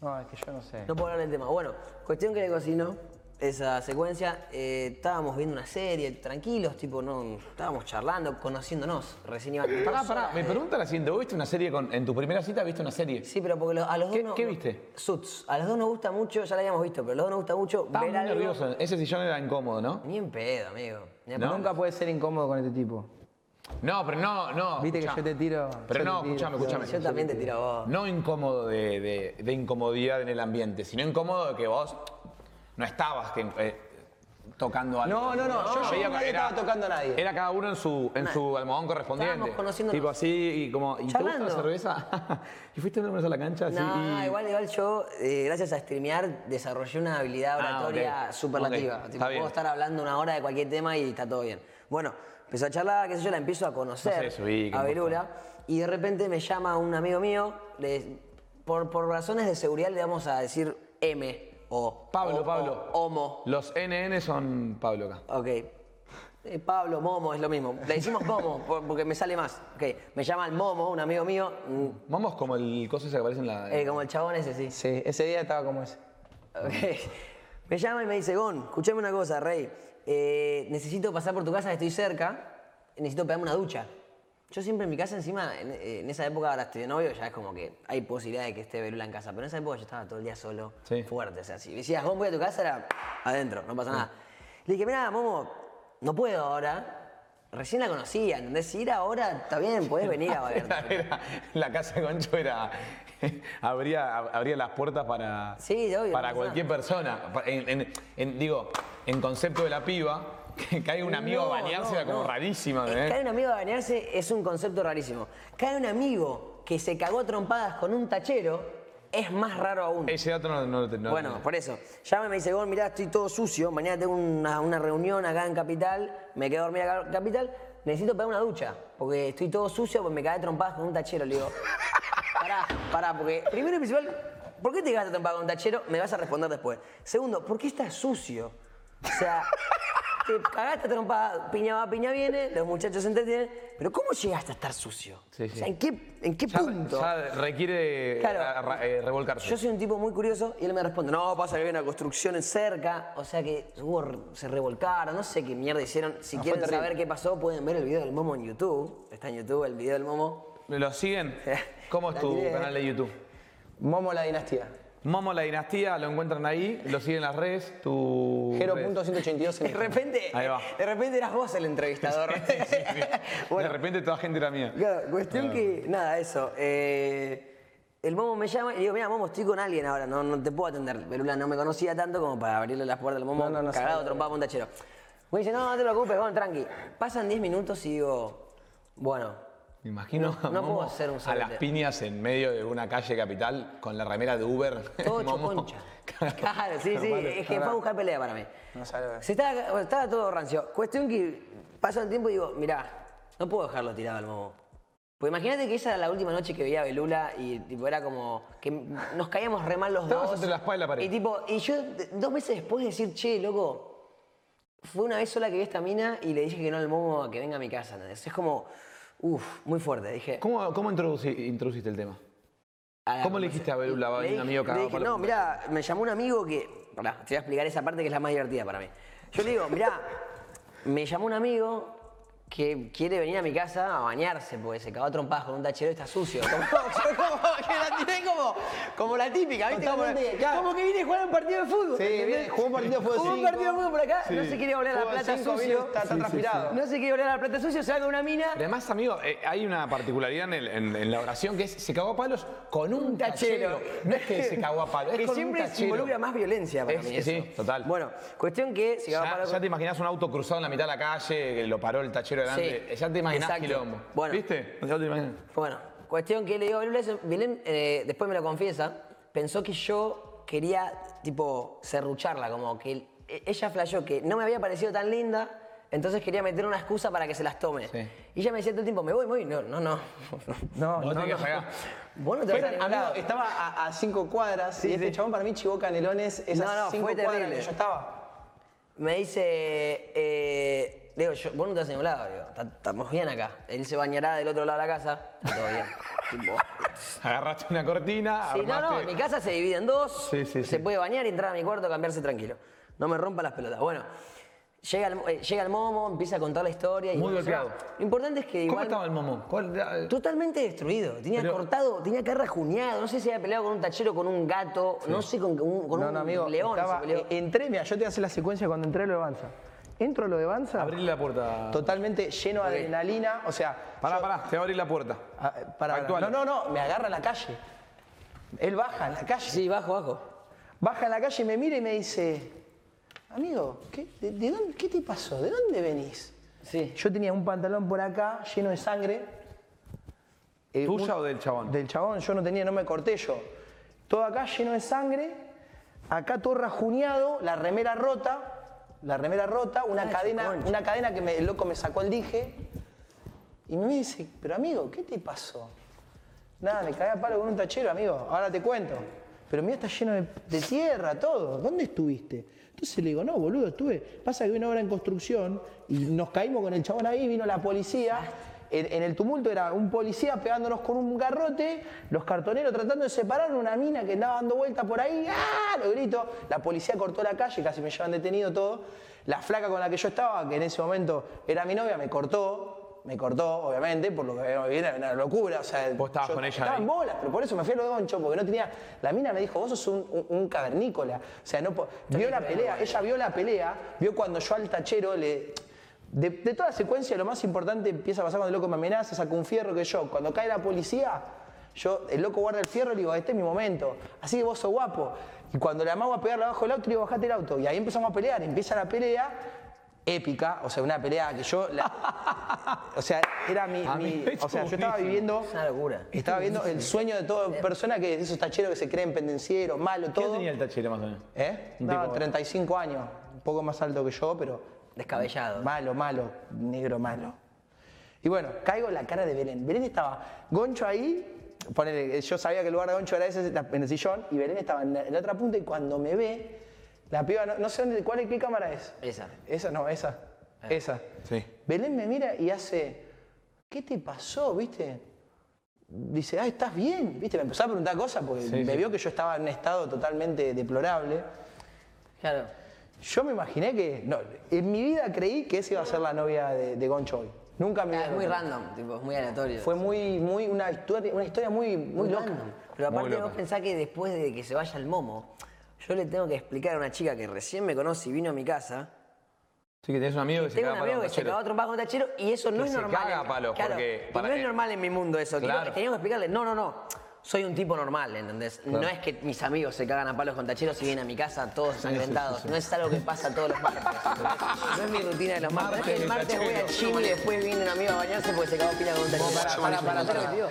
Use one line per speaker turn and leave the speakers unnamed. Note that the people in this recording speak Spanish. No, es que yo no sé.
No puedo hablar del tema. Bueno, cuestión que le cocinó esa secuencia. eh, estábamos viendo una serie, tranquilos, tipo, no, estábamos charlando, conociéndonos. Recién iba a
Ah, Pará, pará,
Eh.
me preguntan la siguiente, ¿vos viste una serie con, en tu primera cita viste una serie?
Sí, pero porque lo- a los dos
¿Qué-
no-
qué viste?
Suits. A los dos nos gusta mucho, ya la habíamos visto, pero a los dos nos gusta mucho
Estaba
ver
muy
algo.
nervioso, ese sillón era incómodo, ¿no?
Ni en pedo, amigo. Ni en
¿No?
pedo.
Nunca puede ser incómodo con este tipo.
No, pero no, no.
Viste que
escuchá.
yo te tiro.
Pero
yo
no,
te tiro.
escuchame, escuchame.
Yo también te tiro a vos.
No incómodo de, de- de incomodidad en el ambiente, sino incómodo de que vos no estabas que, eh, tocando algo.
No, no, no, yo- yo
veía
nunca
que
estaba tocando a nadie.
Era cada uno en su, en su almohadón correspondiente.
Estábamos conociéndonos.
Tipo así y como. ¿Y te gusta la
Charlando.
cerveza? ¿Y fuiste una vez a la cancha? Así,
No,
y-
igual, igual yo, eh, gracias a streamear, desarrollé una habilidad
Ah,
oratoria
ok.
superlativa.
Ok,
Tipo,
está bien.
puedo estar hablando una hora de cualquier tema y está todo bien. Bueno, empezó a charlar, qué sé yo, la empiezo a conocer
No sé, subí, que
a
me
Verula y de repente me llama un amigo mío, le- por, por razones de seguridad le vamos a decir M o
Pablo,
o-
Pablo.
o Homo.
Los NN son Pablo acá.
Ok. Eh, Pablo, Momo, es lo mismo. Le decimos Momo por- porque me sale más. Ok, me llama el Momo, un amigo mío, mm,
Vamos como el coso ese que aparece en la.
eh, como el chabón ese, sí.
Sí, ese día estaba como ese.
Ok. Me llama y me dice, Gon, escuchame una cosa, Rey. Eh, necesito pasar por tu casa, estoy cerca. Necesito pegarme una ducha. Yo siempre en mi casa, encima, en, eh, en esa época ahora estoy de novio, ya es como que hay posibilidad de que esté Belula en casa. Pero en esa época yo estaba todo el día solo,
Sí.
fuerte. O sea, si decías, Gon, voy a tu casa, era adentro, no pasa nada. Le dije, mira, Momo, no puedo ahora. Recién la conocía, ¿entendés? Si ir ahora, está bien, podés venir a
Era-
valerte.
era- la casa de Goncho era. abría, ab- abría las puertas para.
Sí, obvio,
Para
no pasa
cualquier persona. Pa- En, en- en- digo, en concepto de la piba, que cae un amigo
No,
a bañarse
no,
era como
no.
rarísima,
Eh,
¿eh?
Cae un amigo a bañarse es un concepto rarísimo. Cae un amigo que se cagó a trompadas con un tachero es más raro aún.
Ese dato no, no lo tengo.
bueno, por eso. Llama y me dice, Gol, mirá, estoy todo sucio. Mañana tengo una, una reunión acá en Capital. Me quedo a dormir acá en Capital. Necesito pegar una ducha. Porque estoy todo sucio porque me cagué a trompadas con un tachero. Le digo, pará, pará. Porque primero y principal, ¿por qué te cagaste a trompadas con un tachero? Me vas a responder después. Segundo, ¿por qué estás sucio? O sea, te cagaste a trompadas. Piña va, piña viene. Los muchachos se entretienen. Pero ¿cómo llegaste a estar sucio?
Sí, sí.
O sea, ¿en qué, en qué
ya,
punto?
ya requiere
Claro.
a- ra- eh, revolcarse.
Yo soy un tipo muy curioso y él me responde, no, pasa que había una construcción en cerca, o sea que hubo re- se revolcaron, no sé qué mierda hicieron. Si quieren saber qué pasó, pueden ver el video del Momo en YouTube. Está en YouTube el video del Momo.
¿Lo siguen? ¿Cómo es
La
tu
tiré, eh.
canal de YouTube?
Momo la dinastía.
Momo La Dinastía, lo encuentran ahí, lo siguen en las redes, tu... redes.
Jero.182
De
en
repente,
Ahí va.
de repente eras vos el entrevistador.
de repente toda gente era mía.
Claro,
Ah.
cuestión que, nada, eso. eh, el Momo me llama y le digo, mira, Momo, estoy con alguien ahora, no, no te puedo atender. Verula no me conocía tanto como para abrirle las puertas al Momo,
No, no, no
cagado,
sabía.
trompado, un tachero. Me dice, no, no te preocupes, Gon, tranqui. Pasan 10 minutos y digo, bueno,
Me imagino
No-
a,
no
Momo
puedo hacer un
a
sorete.
las piñas en medio de una calle capital con la remera de Uber.
todo hecho
Momo.
concha. Claro, sí, sí,
Hermano, Ah.
es que fue a
ahora-
buscar pelea para mí.
No sabe.
Se estaba, estaba todo rancio. Cuestión que pasa el tiempo y digo, mirá, no puedo dejarlo tirado al momo. Pues imagínate que esa era la última noche que veía a Belula y tipo era como que nos caíamos re mal los
Estabas
dos.
entre la espada y la pared.
Y tipo, y yo de- dos meses después de decir, che, loco, fue una vez sola que vi esta mina y le dije que no al momo a que venga a mi casa. ¿entendés? Es como, uff, muy fuerte. Dije,
¿Cómo, cómo introduci- introduciste el tema?
a la
¿Cómo le dijiste a Belula, va a
Le
venir un
dije-
amigo cagado
le dije,
palo?
no, mirá, me llamó un amigo que. Pará, te voy a explicar esa parte que es la más divertida para mí. Yo le digo, mirá, me llamó un amigo que quiere venir a mi casa a bañarse porque se cagó a trompadas con un tachero y está sucio. Como, yo como que la tiré como, como la típica, ¿viste? Como,
Totalmente, claro.
como que viene a jugar un partido de fútbol.
Sí,
¿entendés?
viene, jugó un partido de fútbol
Jugó un
cinco.
partido de fútbol por acá, no
Sí.
se quiere volver a la
Fútbol
plata
cinco,
sucio.
vino, está- está Sí, sí, transpirado. sí.
No se quiere volver a la plata sucio, se va con una mina.
Además, amigo, eh, hay una particularidad en, el- en- en la oración que es se cagó a palos con un tachero. No es que se cagó a palos, es
que
con
siempre
un
se
tachero.
involucra más violencia para
Es-
mí. eso.
sí, total.
Bueno, cuestión que se
ya,
cagó a palos
ya te imaginás un auto cruzado en la mitad de la calle, que lo paró el tachero delante.
Sí,
ya te imaginás
exacto.
quilombo.
Bueno.
¿Viste? Ya te imaginas.
Bueno, cuestión que le digo a Belén, eso- Belén, eh, después me lo confiesa, pensó que yo quería, tipo, serrucharla, como que el- e- ella flasheó que no me había parecido tan linda, entonces quería meter una excusa para que se las tome.
Sí.
Y ella me decía todo el tiempo, me voy, me voy. No, no, no.
No,
Vos
no,
tenés
no.
que pagar.
Vos no te vas a
Fue-
ningún
amigo,
lado.
estaba a, a cinco cuadras y este chabón para mí chivó canelones esas
No, no,
cinco
fue
cuadras en
terrible.
las que yo estaba.
Me dice, eh, digo, yo, vos no te has enamorado, digo, "Ta- estamos bien acá. Él se bañará del otro lado de la casa, está todo bien. Tipo,
Agarraste una cortina,
Sí, no, no,
armaste-
mi casa se divide en dos.
Sí, sí,
se
sí.
puede bañar, entrar a mi cuarto, cambiarse tranquilo. No me rompa las pelotas. Bueno, llega el, eh, llega el momo, empieza a contar la historia. y
Muy
empieza-
golpeado.
Lo importante es que
¿Cómo
igual.
estaba el momo? ¿Cuál era?
Totalmente destruido. Tenía
Pero-
cortado, tenía que haber rajuñado. No sé si había peleado con un tachero, con un gato, no sé, con, un, con
No,
un
no, amigo.
león. se
estaba-
peleó.
eh, entré, mira, yo te voy a hacer la secuencia cuando entré a lo de Banza. Entro a lo de Banza,
Abrirle la puerta.
totalmente lleno de adrenalina, o sea...
Pará, pará, te va a abrir la puerta.
Ah, eh, para,
Actual.
No, no, no, me agarra en la calle. Él baja en la calle.
Sí, bajo, bajo.
Baja en la calle, me mira y me dice, amigo, ¿qué, de, de dónde, ¿qué te pasó? ¿De dónde venís?
Sí.
Yo tenía un pantalón por acá lleno de sangre. Eh,
¿Tuya
un-
o del chabón?
Del chabón, yo no tenía, no me corté yo. Todo acá lleno de sangre, acá todo rajuneado, la remera rota, la remera rota, una
Cacho,
cadena,
concha.
una cadena que me- el loco me sacó el dije. Y me dice, pero amigo, ¿qué te pasó? Nada, me cagué a palo con un tachero, amigo. Ahora te cuento. Pero mira, está lleno de, de tierra, todo. ¿Dónde estuviste? Entonces le digo, no, boludo, estuve. Pasa que vi una obra en construcción y nos caímos con el chabón ahí, vino la policía. En, en el tumulto era un policía pegándonos con un garrote, los cartoneros tratando de separar una mina que andaba dando vuelta por ahí. ¡Ah! Lo grito. La policía cortó la calle, casi me llevan detenido todo. La flaca con la que yo estaba, que en ese momento era mi novia, me cortó. Me cortó, obviamente, por lo que habíamos vivido, era una locura. O sea,
Vos estabas
yo
con ella
Estaba
ahí.
en bolas, pero por eso me fui a lo de Goncho, porque no tenía. La mina me dijo, vos sos un, un- un cavernícola. O sea, no po- vio la pelea, ella vio la pelea, vio cuando yo al tachero le. De, de toda la secuencia, lo más importante empieza a pasar cuando el loco me amenaza, saca un fierro que yo. Cuando cae la policía, yo, el loco guarda el fierro y le digo, este es mi momento. Así que vos sos guapo. Y cuando le amago a pegarle abajo del auto, le digo, bajate el auto. Y ahí empezamos a pelear, empieza la pelea épica, o sea, una pelea que yo. la- o sea, era mi.
A
mi-
mí es
o sea, yo estaba
buenísimo.
viviendo.
Es una locura.
Estaba viendo el sueño de toda persona que esos tacheros que se creen pendencieros, malo,
¿Qué edad
todo.
tenía el tachero más o menos?
¿Eh?
Un
No,
tipo-
35 años, un poco más alto que yo, pero
Descabellado.
malo, malo, negro malo. Y bueno, caigo en la cara de Belén. Belén estaba, Goncho ahí, ponele, yo sabía que el lugar de Goncho era ese en el sillón, y Belén estaba en la, en la otra punta y cuando me ve, la piba, no, no sé dónde, cuál es, qué cámara es.
Esa. Ah.
Esa, no, esa. Esa.
Sí.
Belén me mira y hace, ¿qué te pasó, viste? Dice, ah, ¿estás bien? ¿Viste? Me empezó a preguntar cosas porque
Sí,
me
sí.
vio que yo estaba en un estado totalmente deplorable.
Claro.
Yo me imaginé que, no, en mi vida creí que esa iba a ser la novia de, de Goncho hoy. Nunca me...
Es muy random, tipo, es muy aleatorio.
Fue muy, muy, una historia, una historia muy, muy loca.
random. Pero
Muy
aparte
loca.
vos pensás que después de que se vaya el momo, yo le tengo que explicar a una chica que recién me conoce y vino a mi casa,
Sí, que tenés un amigo que se
tengo un
caga
amigo
para
que se cagó a trompadas con un tachero y eso no
Que
es
se
normal.
caga
en-
a palos,
claro,
porque
y
para-
no es normal en mi mundo eso. Tengo-
Claro.
Teníamos que explicarle, no, no, no, soy un tipo normal, ¿entendés? No es que mis amigos se cagan a palos con tacheros y vienen a mi casa todos sangrentados. No es algo que pasa todos los martes. No es mi rutina de los martes.
Martes de
el martes voy
tachero.
al gym y después viene un amigo a bañarse porque se cagó pila con un tachero.
Pará, pará, pará, pará.